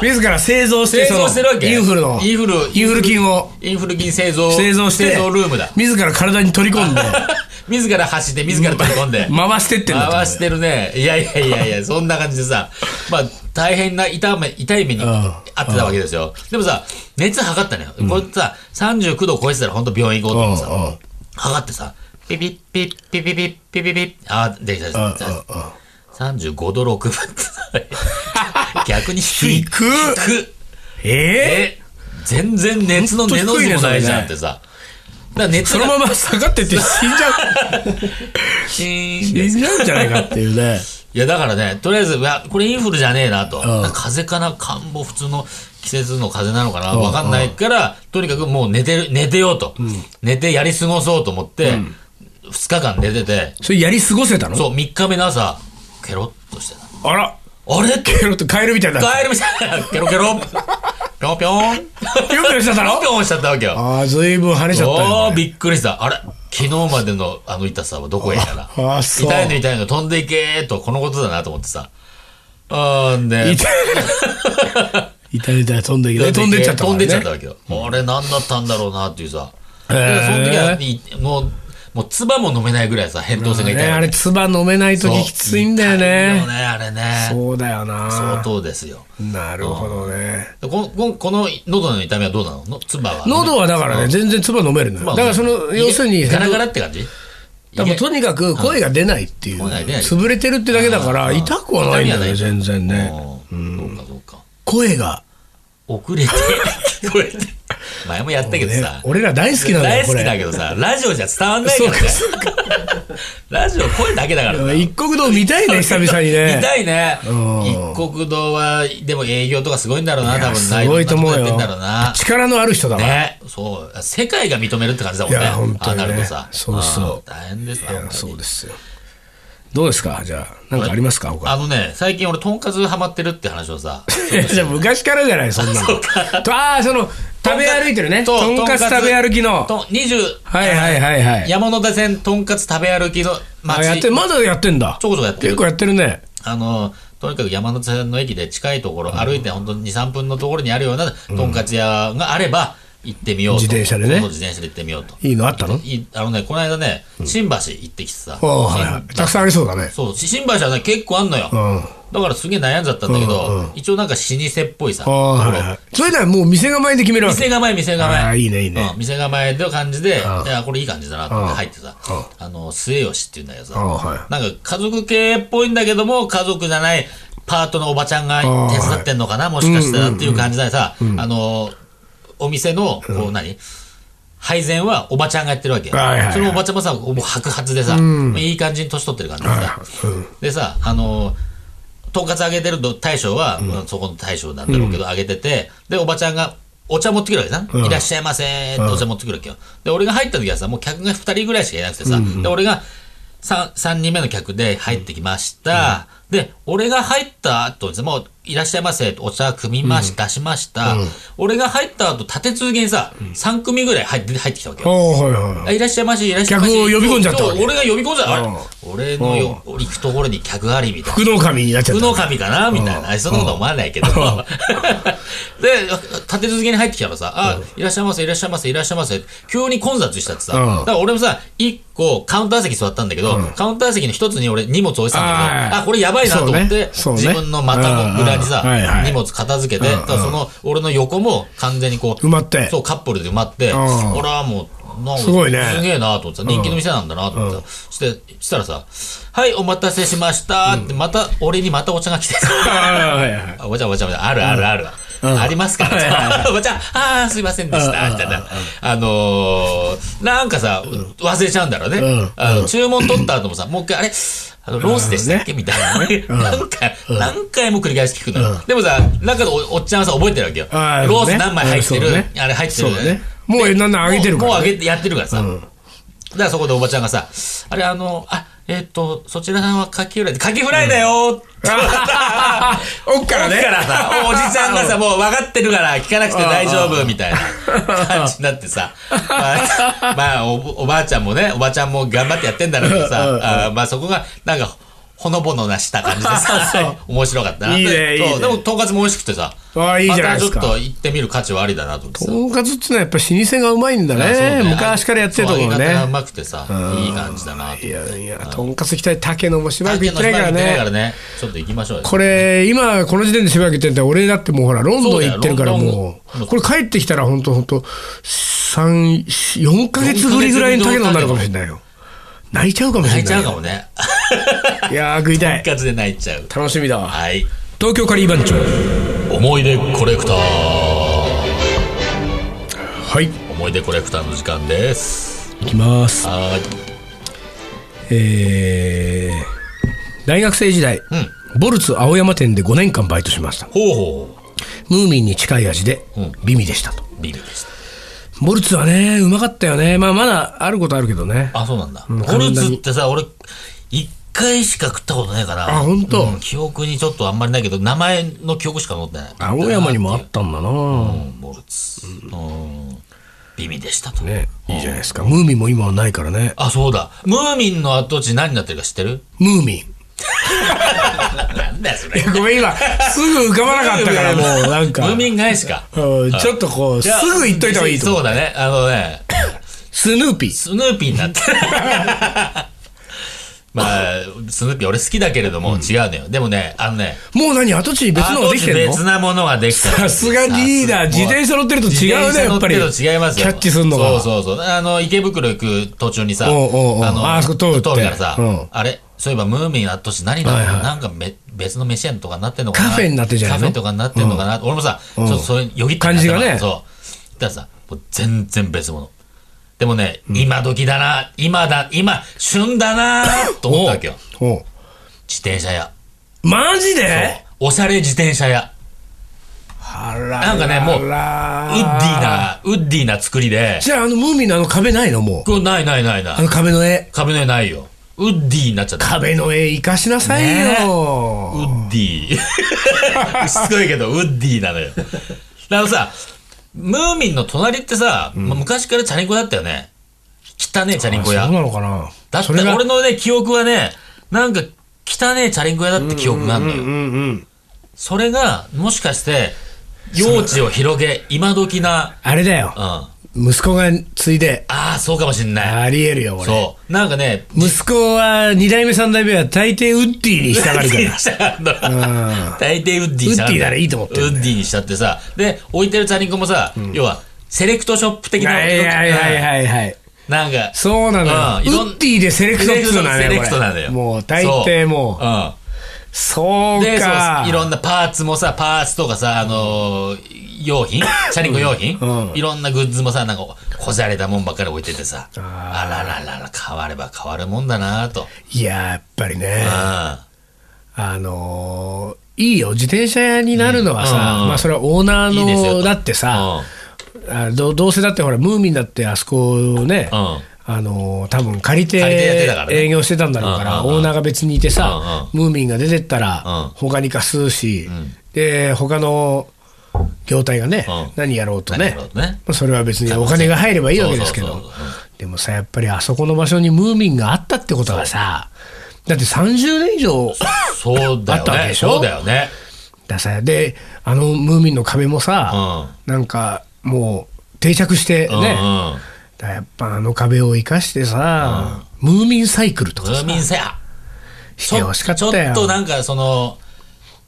[SPEAKER 1] 自ら製造して、
[SPEAKER 2] 製造してるわけ
[SPEAKER 1] そのインフルの、
[SPEAKER 2] インフル
[SPEAKER 1] インフル菌を
[SPEAKER 2] インフル菌製造。
[SPEAKER 1] 製造して、
[SPEAKER 2] 製造ルームだ。
[SPEAKER 1] 自ら体に取り込んで、
[SPEAKER 2] 自ら走って、自ら飛び込んで。
[SPEAKER 1] 回してってんだと思うよ
[SPEAKER 2] 回してるね。いやいやいやいや、そんな感じでさ、まあ、大変な痛め、痛い目に
[SPEAKER 1] ん
[SPEAKER 2] あってたわけですよ。でもさ、熱測ったのよ。こうやってさ、39度超えてたら本当病院行こうと思って
[SPEAKER 1] うんう
[SPEAKER 2] さ、測ってさ、ピピッピッピピピッピピピッ、あー、できたでき
[SPEAKER 1] うん
[SPEAKER 2] た。35度6分って さ、逆に低
[SPEAKER 1] 低っ
[SPEAKER 2] い。低っ
[SPEAKER 1] ええ
[SPEAKER 2] え全然熱の根の字もないじゃんってさ。だから熱
[SPEAKER 1] その
[SPEAKER 2] が
[SPEAKER 1] まま下がってって死ん じゃう、
[SPEAKER 2] シーンって
[SPEAKER 1] 死んじゃうんじゃないかっていうね。
[SPEAKER 2] いや、だからね、とりあえず、いや、これインフルじゃねえなと。
[SPEAKER 1] ん
[SPEAKER 2] 風邪かな、感冒、普通の季節の風邪なのかな、わかんないから、とにかくもう寝てる、寝てようと。寝てやり過ごそうと思って、2日間寝てて、
[SPEAKER 1] それやり過ごせたの
[SPEAKER 2] そう、3日目の朝、ケロッとしてた。
[SPEAKER 1] あら、
[SPEAKER 2] あれって、
[SPEAKER 1] ケロッとカエルみたいになって
[SPEAKER 2] ガエルみたいな、ケロケロ、ぴょんぴょん、
[SPEAKER 1] ピョンピョンしちゃった
[SPEAKER 2] ぴょん
[SPEAKER 1] の
[SPEAKER 2] ぴょんしちゃったわけよ。
[SPEAKER 1] ああ、ずいぶん跳ねちゃった
[SPEAKER 2] お
[SPEAKER 1] よ
[SPEAKER 2] ー、
[SPEAKER 1] ね。
[SPEAKER 2] びっくりした。あれ昨日までのあの痛さはどこへやら。
[SPEAKER 1] ああそう
[SPEAKER 2] 痛いの痛いの飛んでいけーと、このことだなと思ってさ。あんで
[SPEAKER 1] イタイタリアで飛んできて飛んでっちゃったから
[SPEAKER 2] 飛ん
[SPEAKER 1] ね
[SPEAKER 2] でっちゃったわけよ、あれ何だったんだろうなっていうさ、
[SPEAKER 1] へー
[SPEAKER 2] でその時はいもうもう唾も飲めないぐらいさ扁桃腺が痛い、
[SPEAKER 1] ねあれ唾飲めない
[SPEAKER 2] そう
[SPEAKER 1] 時きついんだよ
[SPEAKER 2] 痛い
[SPEAKER 1] ね
[SPEAKER 2] よねあれね
[SPEAKER 1] そうだよ
[SPEAKER 2] 相
[SPEAKER 1] な
[SPEAKER 2] 当ですよ
[SPEAKER 1] なるほどね
[SPEAKER 2] このこのこの喉の痛みはどうなのの唾は
[SPEAKER 1] 喉はだからね全然唾飲めるのよだからその要するに
[SPEAKER 2] ガラガラって感じ
[SPEAKER 1] だからとにかく声が出ないっていう、
[SPEAKER 2] 声が出ない
[SPEAKER 1] 潰れてるってだけだから、
[SPEAKER 2] うん
[SPEAKER 1] 痛くはないんだよね、
[SPEAKER 2] 痛
[SPEAKER 1] 全
[SPEAKER 2] みは
[SPEAKER 1] 然ね。
[SPEAKER 2] うんそうかそうか
[SPEAKER 1] 声が、
[SPEAKER 2] 遅れて 聞こえて前もやったけど
[SPEAKER 1] ね
[SPEAKER 2] さ、
[SPEAKER 1] 俺ら大好きなんだ
[SPEAKER 2] 大
[SPEAKER 1] よ、こ
[SPEAKER 2] 好きだ
[SPEAKER 1] れ。
[SPEAKER 2] けどさラジオじゃ伝わんないからねラジオ声だけだからさ
[SPEAKER 1] 一国道見た いね、久々にね。
[SPEAKER 2] 見たいね
[SPEAKER 1] うん
[SPEAKER 2] 一国堂はでも営業とかすごいんだろうな多分な
[SPEAKER 1] すごいと思う
[SPEAKER 2] ろんな
[SPEAKER 1] よ
[SPEAKER 2] ことやってんだろうな。
[SPEAKER 1] 力のある人だから。
[SPEAKER 2] ね、そう世界が認めるって感じだもんね
[SPEAKER 1] いや本当にね
[SPEAKER 2] ああなるとさ
[SPEAKER 1] そうそう
[SPEAKER 2] あ大変ですわ
[SPEAKER 1] いや
[SPEAKER 2] 本当に
[SPEAKER 1] そうですよ。どうですかじゃあ、なんかありますか他。
[SPEAKER 2] あのね最近俺とんかつハマってるって話をさ
[SPEAKER 1] いやじゃあ 昔からじゃない、そんなの。とああ、その、食べ歩いてるね。
[SPEAKER 2] そう
[SPEAKER 1] とんかつ食べ歩きの。
[SPEAKER 2] とん20
[SPEAKER 1] はいはいはいはい。
[SPEAKER 2] 山手線とんかつ食べ歩きの
[SPEAKER 1] あ
[SPEAKER 2] 街
[SPEAKER 1] やってまだやってんだ
[SPEAKER 2] ち。ょこちょこやって
[SPEAKER 1] 結
[SPEAKER 2] る
[SPEAKER 1] 構やってるね。
[SPEAKER 2] あのとにかく山手線の駅で近いところ、歩いて本当に23分のところにあるようなとんかつ屋があれば行ってみようと、
[SPEAKER 1] 自転車でね
[SPEAKER 2] 今度自転車で行ってみようと
[SPEAKER 1] いいのあったの
[SPEAKER 2] いいあのねこの間ね新橋行ってきてさ、
[SPEAKER 1] ああ、はいはい。たくさんありそうだね。
[SPEAKER 2] そう新橋はね結構あんのよ、
[SPEAKER 1] うん。
[SPEAKER 2] だからすげえ悩んじゃったんだけど、
[SPEAKER 1] うん
[SPEAKER 2] 一応なんか老舗っぽいさ、
[SPEAKER 1] ああ、
[SPEAKER 2] とこ
[SPEAKER 1] は
[SPEAKER 2] ろ
[SPEAKER 1] いはい。それならもう店構えで決めるわけ。
[SPEAKER 2] 店構え店構え
[SPEAKER 1] ああいいねいいね
[SPEAKER 2] うん店構えの感じで、
[SPEAKER 1] ああ
[SPEAKER 2] いやこれいい感じだなと思って入ってさ、
[SPEAKER 1] あ
[SPEAKER 2] あの末吉っていうんだけどさ、
[SPEAKER 1] ああは
[SPEAKER 2] なんか家族系っぽいんだけども、家族じゃないパートのおばちゃんが
[SPEAKER 1] あ
[SPEAKER 2] 手伝ってんのかな、もしかしたらっていう感じでさ、あの、お店の、こう何配膳はおばちゃんがやってるわけよ
[SPEAKER 1] はいはいは。い
[SPEAKER 2] そのおばちゃんもさ、もう白髪でさ、いい感じに年取ってる感じでさ。でさ、あの、とんかつあげてると大将は、そこの大将なんだろうけど、あげてて、で、おばちゃんが、お茶持ってくるわけさ、
[SPEAKER 1] うん
[SPEAKER 2] いらっしゃいませーってお茶持ってくるわけよ。で、俺が入った時はさ、もう客が2人ぐらいしかいなくてさ、で、俺が 3, 三人目の客で入ってきました。で、俺が入った後にさ、もういらっしゃいませってお茶組みまし、出しました。俺が入った後、立て続けにさ、3組ぐらい入って入ってきたわけよ
[SPEAKER 1] ああ、はいはいはい。
[SPEAKER 2] あいらっしゃいまし、いらっしゃいまし。
[SPEAKER 1] 客を呼び込んじゃったわけ
[SPEAKER 2] そう俺が呼び込んじゃった。あれ
[SPEAKER 1] うん
[SPEAKER 2] 俺のよ行くところに客ありみたいな。
[SPEAKER 1] 福の神になっちゃっ
[SPEAKER 2] 福
[SPEAKER 1] た。
[SPEAKER 2] の神かなみたいな。そんなことは思わないけど。で、 立て続けに入ってきたらさ、あ、いらっしゃいませ、いらっしゃいませ、いらっしゃいませ。急に混雑したってさ。
[SPEAKER 1] うん
[SPEAKER 2] だから俺もさ、一個カウンター席座ったんだけど、カウンター席の一つに俺荷物置いてたんだけ
[SPEAKER 1] あ
[SPEAKER 2] ど、
[SPEAKER 1] ー
[SPEAKER 2] あ、これやばいなと思って、
[SPEAKER 1] そうねそうね
[SPEAKER 2] 自分の股の裏にさ
[SPEAKER 1] うんうんはいは、い
[SPEAKER 2] 荷物片付けて、ただその俺の横も完全にこう、
[SPEAKER 1] 埋まって
[SPEAKER 2] そう、カップルで埋まって、
[SPEAKER 1] ん
[SPEAKER 2] 俺はもう、なんか
[SPEAKER 1] すごいね
[SPEAKER 2] すげえなと思ってさ、人気の店なんだなと思ってさ、して、したらさ、はい、お待たせしましたって、また、俺にまたお茶が来てさ、
[SPEAKER 1] ああ、はいはい。
[SPEAKER 2] あお茶お茶お茶、あるあるある。ありますから、お茶、ああ、すいませんでした、みたいな。あのー、なんかさ、忘れちゃうんだろうね
[SPEAKER 1] ん。
[SPEAKER 2] あの注文取った後もさ、もう一回、あれあの、ロースでしたっけみたいな。なんか、何回も繰り返し聞くのよ。でもさ、中のおおっちゃんはさ、覚えてるわけよ。
[SPEAKER 1] あー
[SPEAKER 2] ロース何枚入って
[SPEAKER 1] そう
[SPEAKER 2] る
[SPEAKER 1] ね
[SPEAKER 2] あれ入って
[SPEAKER 1] そうだ
[SPEAKER 2] る
[SPEAKER 1] ね。もう、なんなんあげてるか
[SPEAKER 2] もう
[SPEAKER 1] ら
[SPEAKER 2] もう
[SPEAKER 1] ね。
[SPEAKER 2] 上げてやってるからさ、だからそこでおばちゃんがさ「あれあのあえっ、とそちらさんはカキフライでカキフライだよ」って言った
[SPEAKER 1] おっからね。
[SPEAKER 2] からさおじちゃんがさもう分かってるから聞かなくて大丈夫みたいな感じになってさまあ、まあおおばあちゃんもねおばちゃんも頑張ってやってんだろうけどさあまあそこがなんかほのぼのなした感じでさ面白かったない
[SPEAKER 1] いね
[SPEAKER 2] そう
[SPEAKER 1] いいね
[SPEAKER 2] でもとんかつも美味しくてさ
[SPEAKER 1] あーいいじゃないですか
[SPEAKER 2] またちょっと行ってみる価値はありだなと思ってさ
[SPEAKER 1] とんかつってのはやっぱ老舗がうまいんだ
[SPEAKER 2] あそうだ
[SPEAKER 1] ね。
[SPEAKER 2] ね
[SPEAKER 1] 昔からやってるとこ
[SPEAKER 2] そう
[SPEAKER 1] ろ
[SPEAKER 2] 相方がう
[SPEAKER 1] ね。
[SPEAKER 2] まくてさ、いい感じだなと。
[SPEAKER 1] いやいや、とんかつ行きたい。竹野もしばらく行
[SPEAKER 2] 竹
[SPEAKER 1] っ
[SPEAKER 2] の
[SPEAKER 1] てないから
[SPEAKER 2] 島行ってない
[SPEAKER 1] ね
[SPEAKER 2] か。らね。ちょっと行きましょうよ。
[SPEAKER 1] これ、今、この時点でしばらく行ってんだ俺だってもうほら、ロンドン行ってるから
[SPEAKER 2] そうだよ
[SPEAKER 1] も
[SPEAKER 2] ロン
[SPEAKER 1] う、
[SPEAKER 2] ドン
[SPEAKER 1] これ帰ってきたら本当本当三4ヶ月ぶりぐらいの竹野になるかもしれないよ。泣いちゃうかもし
[SPEAKER 2] 泣
[SPEAKER 1] れ
[SPEAKER 2] いち
[SPEAKER 1] な
[SPEAKER 2] ゃう
[SPEAKER 1] い
[SPEAKER 2] か
[SPEAKER 1] よ。
[SPEAKER 2] もね。
[SPEAKER 1] いやー、食いたい
[SPEAKER 2] 一。括で泣いちゃう。
[SPEAKER 1] 楽しみだわ。
[SPEAKER 2] はい。
[SPEAKER 1] 東京カリー番長。
[SPEAKER 2] 思い出コレクター。
[SPEAKER 1] はい、
[SPEAKER 2] 思い出コレクターの時間です。
[SPEAKER 1] 行きます。
[SPEAKER 2] は
[SPEAKER 1] えー、大学生時代、
[SPEAKER 2] ーい。うん。
[SPEAKER 1] ボルツ青山店で5年間バイトしました。
[SPEAKER 2] ほうほうほ
[SPEAKER 1] ムーミンに近い味で
[SPEAKER 2] うん、
[SPEAKER 1] 美味でしたと。
[SPEAKER 2] う。ビールでした。
[SPEAKER 1] ボルツはね、うまかったよね。まあ、まだあることあるけどね。
[SPEAKER 2] あ、そうなんだ。
[SPEAKER 1] ん
[SPEAKER 2] ホルツってさ、俺、一回しか食ったことないから。
[SPEAKER 1] あほんと
[SPEAKER 2] うん記憶にちょっとあんまりないけど、名前の記憶しか残ってない。
[SPEAKER 1] 青山にもあったんだな、
[SPEAKER 2] うん、モルツ。うん。美味でしたと。
[SPEAKER 1] ね、いいじゃないですか。ムーミンも今はないからね。
[SPEAKER 2] あ、そうだ。ムーミンの跡地何になってるか知ってる
[SPEAKER 1] ムーミン。
[SPEAKER 2] なんだよ、それ。
[SPEAKER 1] ごめん、今、すぐ浮かばなかったから、もう、なん か。
[SPEAKER 2] ムーミン返しか。
[SPEAKER 1] うんちょっとこう、す
[SPEAKER 2] や
[SPEAKER 1] ぐ言っといた方がいいと思う。
[SPEAKER 2] そうだね。あのね、
[SPEAKER 1] スヌーピー。
[SPEAKER 2] スヌーピーになって。 まあ、スヌーピー俺好きだけれども、違うのよ。でもね、あのね、
[SPEAKER 1] もう何跡地に別のができてんの
[SPEAKER 2] 別なものができた
[SPEAKER 1] さすがリーダー、自転車乗ってると違うね、やっぱり。
[SPEAKER 2] 自転車乗ってると違いますよ
[SPEAKER 1] キャッチすんのが。
[SPEAKER 2] そうそうそう。あの、池袋行く途中にさ、
[SPEAKER 1] おうおうおうあそこ通るって
[SPEAKER 2] からさ、
[SPEAKER 1] うん
[SPEAKER 2] あれ、そういえばムーミン跡地何なの、
[SPEAKER 1] はいはい
[SPEAKER 2] なんかめ別の飯屋とかになってんのかな
[SPEAKER 1] カフェになってんじゃないの
[SPEAKER 2] カフェとかになってんのかな、俺もさ、ちょっとそういうよぎった
[SPEAKER 1] 感じがね
[SPEAKER 2] そう。だからさ、もう全然別物。でもね、今時だな、今だ、今、旬だなと思ったわけよ。
[SPEAKER 1] おう
[SPEAKER 2] 自転車屋。
[SPEAKER 1] マジで
[SPEAKER 2] おしゃれ自転車屋。
[SPEAKER 1] あら
[SPEAKER 2] なんかね、もう、ウッディな、ウッディな作りで、
[SPEAKER 1] じゃあ、あの、ムーミンのあの壁ないのもう。
[SPEAKER 2] これないないない
[SPEAKER 1] あ
[SPEAKER 2] な
[SPEAKER 1] の
[SPEAKER 2] い。
[SPEAKER 1] 壁の絵。
[SPEAKER 2] 壁の絵ないよ。ウッディになっちゃった。
[SPEAKER 1] 壁の絵生かしなさいよ。
[SPEAKER 2] ウッディ。 すごいけど、ウッディなのよ。あのさ、ムーミンの隣ってさ、まあ昔からチャリンコだったよね。汚ねえチャリンコ
[SPEAKER 1] あ
[SPEAKER 2] 屋
[SPEAKER 1] そう。なのかな
[SPEAKER 2] だって
[SPEAKER 1] それが
[SPEAKER 2] 俺のね、記憶はね、なんか汚ねえチャリンコ屋だって記憶があるのよ。
[SPEAKER 1] うんうん。
[SPEAKER 2] それが、もしかして、用地を広げ、今時な、
[SPEAKER 1] あれだよ
[SPEAKER 2] うん。。あ
[SPEAKER 1] 息子が継いで、
[SPEAKER 2] あ、そうかもしんない。
[SPEAKER 1] ありえるよ、俺。
[SPEAKER 2] そう。なんかね、
[SPEAKER 1] 息子は、二代目三代目は大抵ウッディに従うか
[SPEAKER 2] ウッディに
[SPEAKER 1] ら。
[SPEAKER 2] したがるの大抵ウッディにしたが
[SPEAKER 1] ウッディ
[SPEAKER 2] る
[SPEAKER 1] ならいいと思ってる
[SPEAKER 2] ウ
[SPEAKER 1] よ
[SPEAKER 2] ッ
[SPEAKER 1] ね
[SPEAKER 2] ディにしたってさ。で、置いてるチャリンコもさ、要は、セレクトショップ的
[SPEAKER 1] い
[SPEAKER 2] な。
[SPEAKER 1] やいやいやいやいやいや。
[SPEAKER 2] なんか、
[SPEAKER 1] そうなのよ
[SPEAKER 2] うんいろん
[SPEAKER 1] ウッディでセレクトっつうのはね
[SPEAKER 2] セレクトなの
[SPEAKER 1] これ
[SPEAKER 2] よ。。
[SPEAKER 1] もう大抵もうそううん
[SPEAKER 2] で、そう
[SPEAKER 1] か。
[SPEAKER 2] いろんなパーツもさ、パーツとかさ、あのー、用品チャリンコ用品
[SPEAKER 1] うん
[SPEAKER 2] いろんなグッズもさ、なんか、こじゃれたもんばっかり置いててさ。あらららら、変われば変わるもんだなと。
[SPEAKER 1] いや、やっぱりね
[SPEAKER 2] う、ん。
[SPEAKER 1] あのーいいよ、自転車屋になるのはさ、
[SPEAKER 2] うん
[SPEAKER 1] まあそれはオーナー
[SPEAKER 2] いいですよ
[SPEAKER 1] の、
[SPEAKER 2] と
[SPEAKER 1] だってさ、
[SPEAKER 2] うん
[SPEAKER 1] あどどうせだってほら、ムーミンだってあそこをね、
[SPEAKER 2] うん
[SPEAKER 1] あのー多分借り
[SPEAKER 2] 借りてやってたか
[SPEAKER 1] て
[SPEAKER 2] らね
[SPEAKER 1] 営業してたんだろうから、
[SPEAKER 2] うんうんうん
[SPEAKER 1] オーナーが別にいてさ、ムーミンが出てったら
[SPEAKER 2] うん、
[SPEAKER 1] 他に貸すし、で、他の業態がね、
[SPEAKER 2] うん
[SPEAKER 1] 何やろうと
[SPEAKER 2] な
[SPEAKER 1] ね
[SPEAKER 2] る、ほどね。
[SPEAKER 1] まあそれは別にお金が入ればいいわけですけ
[SPEAKER 2] そうそう
[SPEAKER 1] ど
[SPEAKER 2] そうそう
[SPEAKER 1] でもさやっぱりあそこの場所にムーミンがあったってことがさだって30年以上
[SPEAKER 2] そうだ
[SPEAKER 1] あったわけ
[SPEAKER 2] よね。
[SPEAKER 1] でしょ
[SPEAKER 2] そうだよね。
[SPEAKER 1] ださであのムーミンの壁もさ、なんかもう定着してね、
[SPEAKER 2] うんうん。
[SPEAKER 1] だからやっぱあの壁を生かしてさ、ムーミンサイクルと
[SPEAKER 2] ム
[SPEAKER 1] か
[SPEAKER 2] ー
[SPEAKER 1] さ
[SPEAKER 2] ミンさや。
[SPEAKER 1] してほしかった
[SPEAKER 2] ちょ
[SPEAKER 1] よ
[SPEAKER 2] っとなんかその、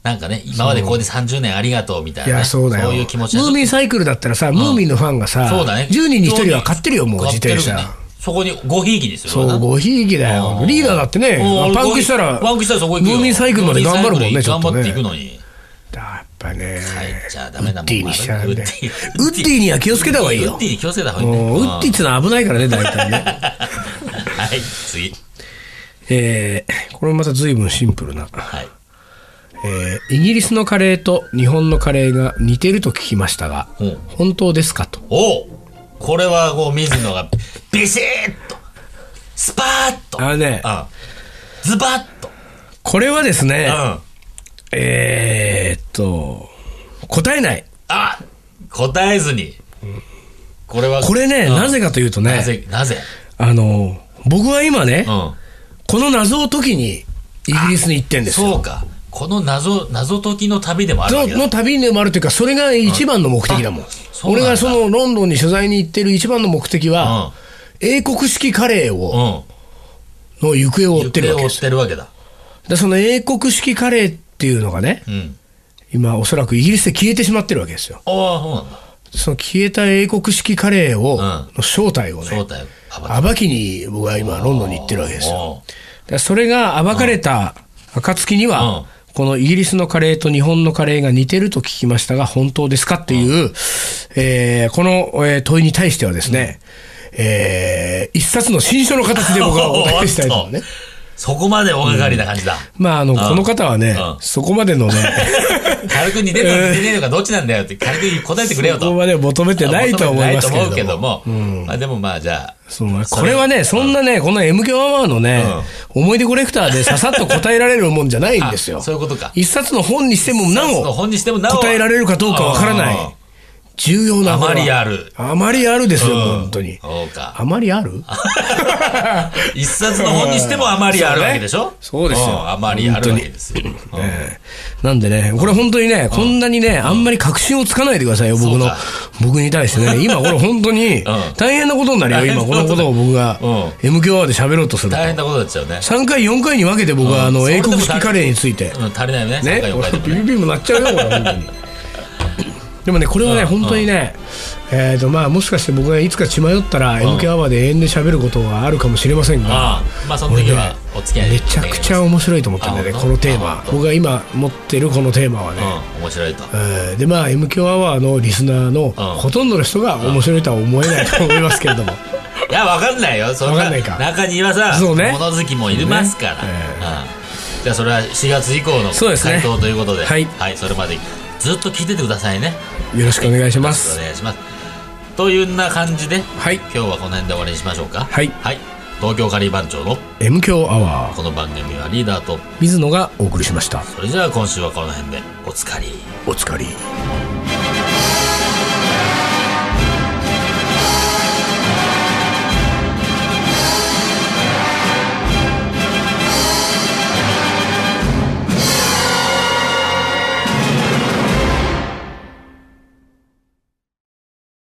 [SPEAKER 2] なんかね、今までここで30年ありがとうみたい
[SPEAKER 1] い
[SPEAKER 2] なね。
[SPEAKER 1] やそうだよ
[SPEAKER 2] いう気持ち
[SPEAKER 1] ムーミン
[SPEAKER 2] ン
[SPEAKER 1] サイクルだったらさ、ムーミンのファンがさ、
[SPEAKER 2] そうだね。
[SPEAKER 1] 10人に1人は買ってるよもう自転車、
[SPEAKER 2] 買ってるねそこにごひいきですよ。
[SPEAKER 1] そうごひいきだよリーダーだってね
[SPEAKER 2] うん
[SPEAKER 1] パンクしたら
[SPEAKER 2] パンクしたらそこ行くよ
[SPEAKER 1] ムーミンサイクルまで頑張るもんね
[SPEAKER 2] ムーミンサイク
[SPEAKER 1] ちょ
[SPEAKER 2] ル
[SPEAKER 1] っとね
[SPEAKER 2] 頑張っていくのに。
[SPEAKER 1] だやっぱね、
[SPEAKER 2] はい、じゃあダメだ
[SPEAKER 1] ウッ
[SPEAKER 2] もん。
[SPEAKER 1] ディにしちゃうんで。ウ
[SPEAKER 2] ウッディ
[SPEAKER 1] ッディには気をつけた方がいい
[SPEAKER 2] ウッ
[SPEAKER 1] よ
[SPEAKER 2] デ。ィに気をつけた方
[SPEAKER 1] う
[SPEAKER 2] がいいね。
[SPEAKER 1] んウ
[SPEAKER 2] うん
[SPEAKER 1] ッディってのは危ないからね、大体ね。
[SPEAKER 2] はい、次。
[SPEAKER 1] えー、これもまた随分シンプルな。
[SPEAKER 2] はい。
[SPEAKER 1] えー、イギリスのカレーと日本のカレーが似てると聞きましたが
[SPEAKER 2] うん、
[SPEAKER 1] 本当ですかと。
[SPEAKER 2] おこれはこう水野がビシッとスパーッと
[SPEAKER 1] あのね、
[SPEAKER 2] うんズバッと、
[SPEAKER 1] これはです
[SPEAKER 2] う
[SPEAKER 1] ね
[SPEAKER 2] ん、、あ
[SPEAKER 1] えーっと、答えない。
[SPEAKER 2] 答えずにこれは
[SPEAKER 1] これね、
[SPEAKER 2] うん
[SPEAKER 1] なぜかというと
[SPEAKER 2] な
[SPEAKER 1] ね、
[SPEAKER 2] ぜなぜ
[SPEAKER 1] あの、僕は今ね
[SPEAKER 2] う、ん
[SPEAKER 1] この謎を解きにイギリスに行ってんですよ。
[SPEAKER 2] そうかこの謎謎解きの旅でもあるわ
[SPEAKER 1] の
[SPEAKER 2] けだ
[SPEAKER 1] の旅にもあるというか、それが一番の目的だもん。
[SPEAKER 2] そうなん
[SPEAKER 1] 俺
[SPEAKER 2] だ
[SPEAKER 1] がそのロンドンに取材に行ってる一番の目的は、英国式カレーを、の行方を
[SPEAKER 2] うん
[SPEAKER 1] 追ってるわけ
[SPEAKER 2] 行方を追
[SPEAKER 1] で
[SPEAKER 2] っ
[SPEAKER 1] す。
[SPEAKER 2] てるわけだ
[SPEAKER 1] で、その英国式カレーっていうのがね、
[SPEAKER 2] うん
[SPEAKER 1] 今おそらくイギリスで消えてしまってるわけですよ。
[SPEAKER 2] ああそうなんだ
[SPEAKER 1] その消えた英国式カレーを、
[SPEAKER 2] ん
[SPEAKER 1] の正体を
[SPEAKER 2] 正
[SPEAKER 1] ね、
[SPEAKER 2] 体を暴く
[SPEAKER 1] 暴きに僕は今ロンドンに行ってるわけですよ。
[SPEAKER 2] おう
[SPEAKER 1] でそれが暴かれた暁には、
[SPEAKER 2] うん
[SPEAKER 1] このイギリスのカレーと日本のカレーが似てると聞きましたが、本当ですかっていう、えーこの、えー問いに対してはですね、えー一冊の新書の形で僕はお答えしたいと 思うね。
[SPEAKER 2] そこまで大掛かりな感じだ、
[SPEAKER 1] まあ、あの、この方はね
[SPEAKER 2] うん、
[SPEAKER 1] そこまでの ね、
[SPEAKER 2] 軽く似てるのか似てねえのかどっちなんだよって軽く答えてくれよ
[SPEAKER 1] そ
[SPEAKER 2] と
[SPEAKER 1] こまで求めてないとは思います
[SPEAKER 2] ないと思う
[SPEAKER 1] け
[SPEAKER 2] け
[SPEAKER 1] ど
[SPEAKER 2] ど
[SPEAKER 1] も。
[SPEAKER 2] も、まあでもまあじゃあ、
[SPEAKER 1] そのこれはね、そんなね、この MK ママのね、思い出コレクターでささっと答えられるもんじゃないん ですよ。
[SPEAKER 2] あそういうことか
[SPEAKER 1] 一冊の本にしてもなお、
[SPEAKER 2] 本にしてもなお
[SPEAKER 1] 答えられるかどうかわからない。重要な
[SPEAKER 2] あ
[SPEAKER 1] これ
[SPEAKER 2] ま
[SPEAKER 1] は
[SPEAKER 2] りある。
[SPEAKER 1] あまりあるですよ、本当に。
[SPEAKER 2] そうか。
[SPEAKER 1] あまりあ る
[SPEAKER 2] 一冊の本にしてもあまりあるわけでしょ
[SPEAKER 1] そうねそうですよ
[SPEAKER 2] んあまりあるわけですよ。うん
[SPEAKER 1] なんでね、これ本当にね、こんなにね、あんまり確信をつかないでくださいよ、僕
[SPEAKER 2] そう
[SPEAKER 1] の
[SPEAKER 2] か、
[SPEAKER 1] 僕に対して ね。今、これ本当に大変なことになるよ、
[SPEAKER 2] 大変
[SPEAKER 1] 今、
[SPEAKER 2] なこ
[SPEAKER 1] ことのこ
[SPEAKER 2] だ
[SPEAKER 1] とを僕が
[SPEAKER 2] うん
[SPEAKER 1] M 強アワーで喋ろうとすると。
[SPEAKER 2] 大変なことになっちゃうね。
[SPEAKER 1] 3回、4回に分けて僕は、あ
[SPEAKER 2] う
[SPEAKER 1] の、
[SPEAKER 2] ん
[SPEAKER 1] 英国式カレーについて
[SPEAKER 2] う。ん、足りないよね。
[SPEAKER 1] ね、
[SPEAKER 2] 3回
[SPEAKER 1] 俺
[SPEAKER 2] 4
[SPEAKER 1] ビ
[SPEAKER 2] 回でもね
[SPEAKER 1] ビビもなっちゃうよ、これ、本 当に。でもね、これはね、本当にね、えーと、まあ、もしかして僕がいつか血迷ったら、M 強アワーで永遠で喋ることがあるかもしれませんが。
[SPEAKER 2] ああまあ、その時はお付き合い
[SPEAKER 1] めちゃくちゃ面白いと思ったんだよ
[SPEAKER 2] あ
[SPEAKER 1] ね
[SPEAKER 2] 本
[SPEAKER 1] こ
[SPEAKER 2] 当
[SPEAKER 1] のテーマ僕が今持ってるこのテーマはね、
[SPEAKER 2] うん、面白いと。
[SPEAKER 1] えーでまあ m k アワーのリスナーのほとんどの人が面白いとは思えないと思いますけれど も
[SPEAKER 2] いや、わかんないよ。そん
[SPEAKER 1] わか
[SPEAKER 2] なん
[SPEAKER 1] ないか
[SPEAKER 2] 中にはさ、
[SPEAKER 1] そうね
[SPEAKER 2] 物好きもいますから。
[SPEAKER 1] そうね
[SPEAKER 2] うんじゃあ、それは4月以降の
[SPEAKER 1] そうですね
[SPEAKER 2] 回答ということで、
[SPEAKER 1] はい
[SPEAKER 2] それまでずっと聞いててくださいね。
[SPEAKER 1] よろしくお願いしま
[SPEAKER 2] お
[SPEAKER 1] す
[SPEAKER 2] 願いします。というような感じで、
[SPEAKER 1] はい
[SPEAKER 2] 今日はこの辺で終わりにしましょうか。
[SPEAKER 1] はい
[SPEAKER 2] 東京カリー番長の
[SPEAKER 1] m k アワー
[SPEAKER 2] この番組はリーダーと、
[SPEAKER 1] 水野がお送りしました
[SPEAKER 2] それじゃあ今週はこの辺でおつかり。
[SPEAKER 1] お疲れ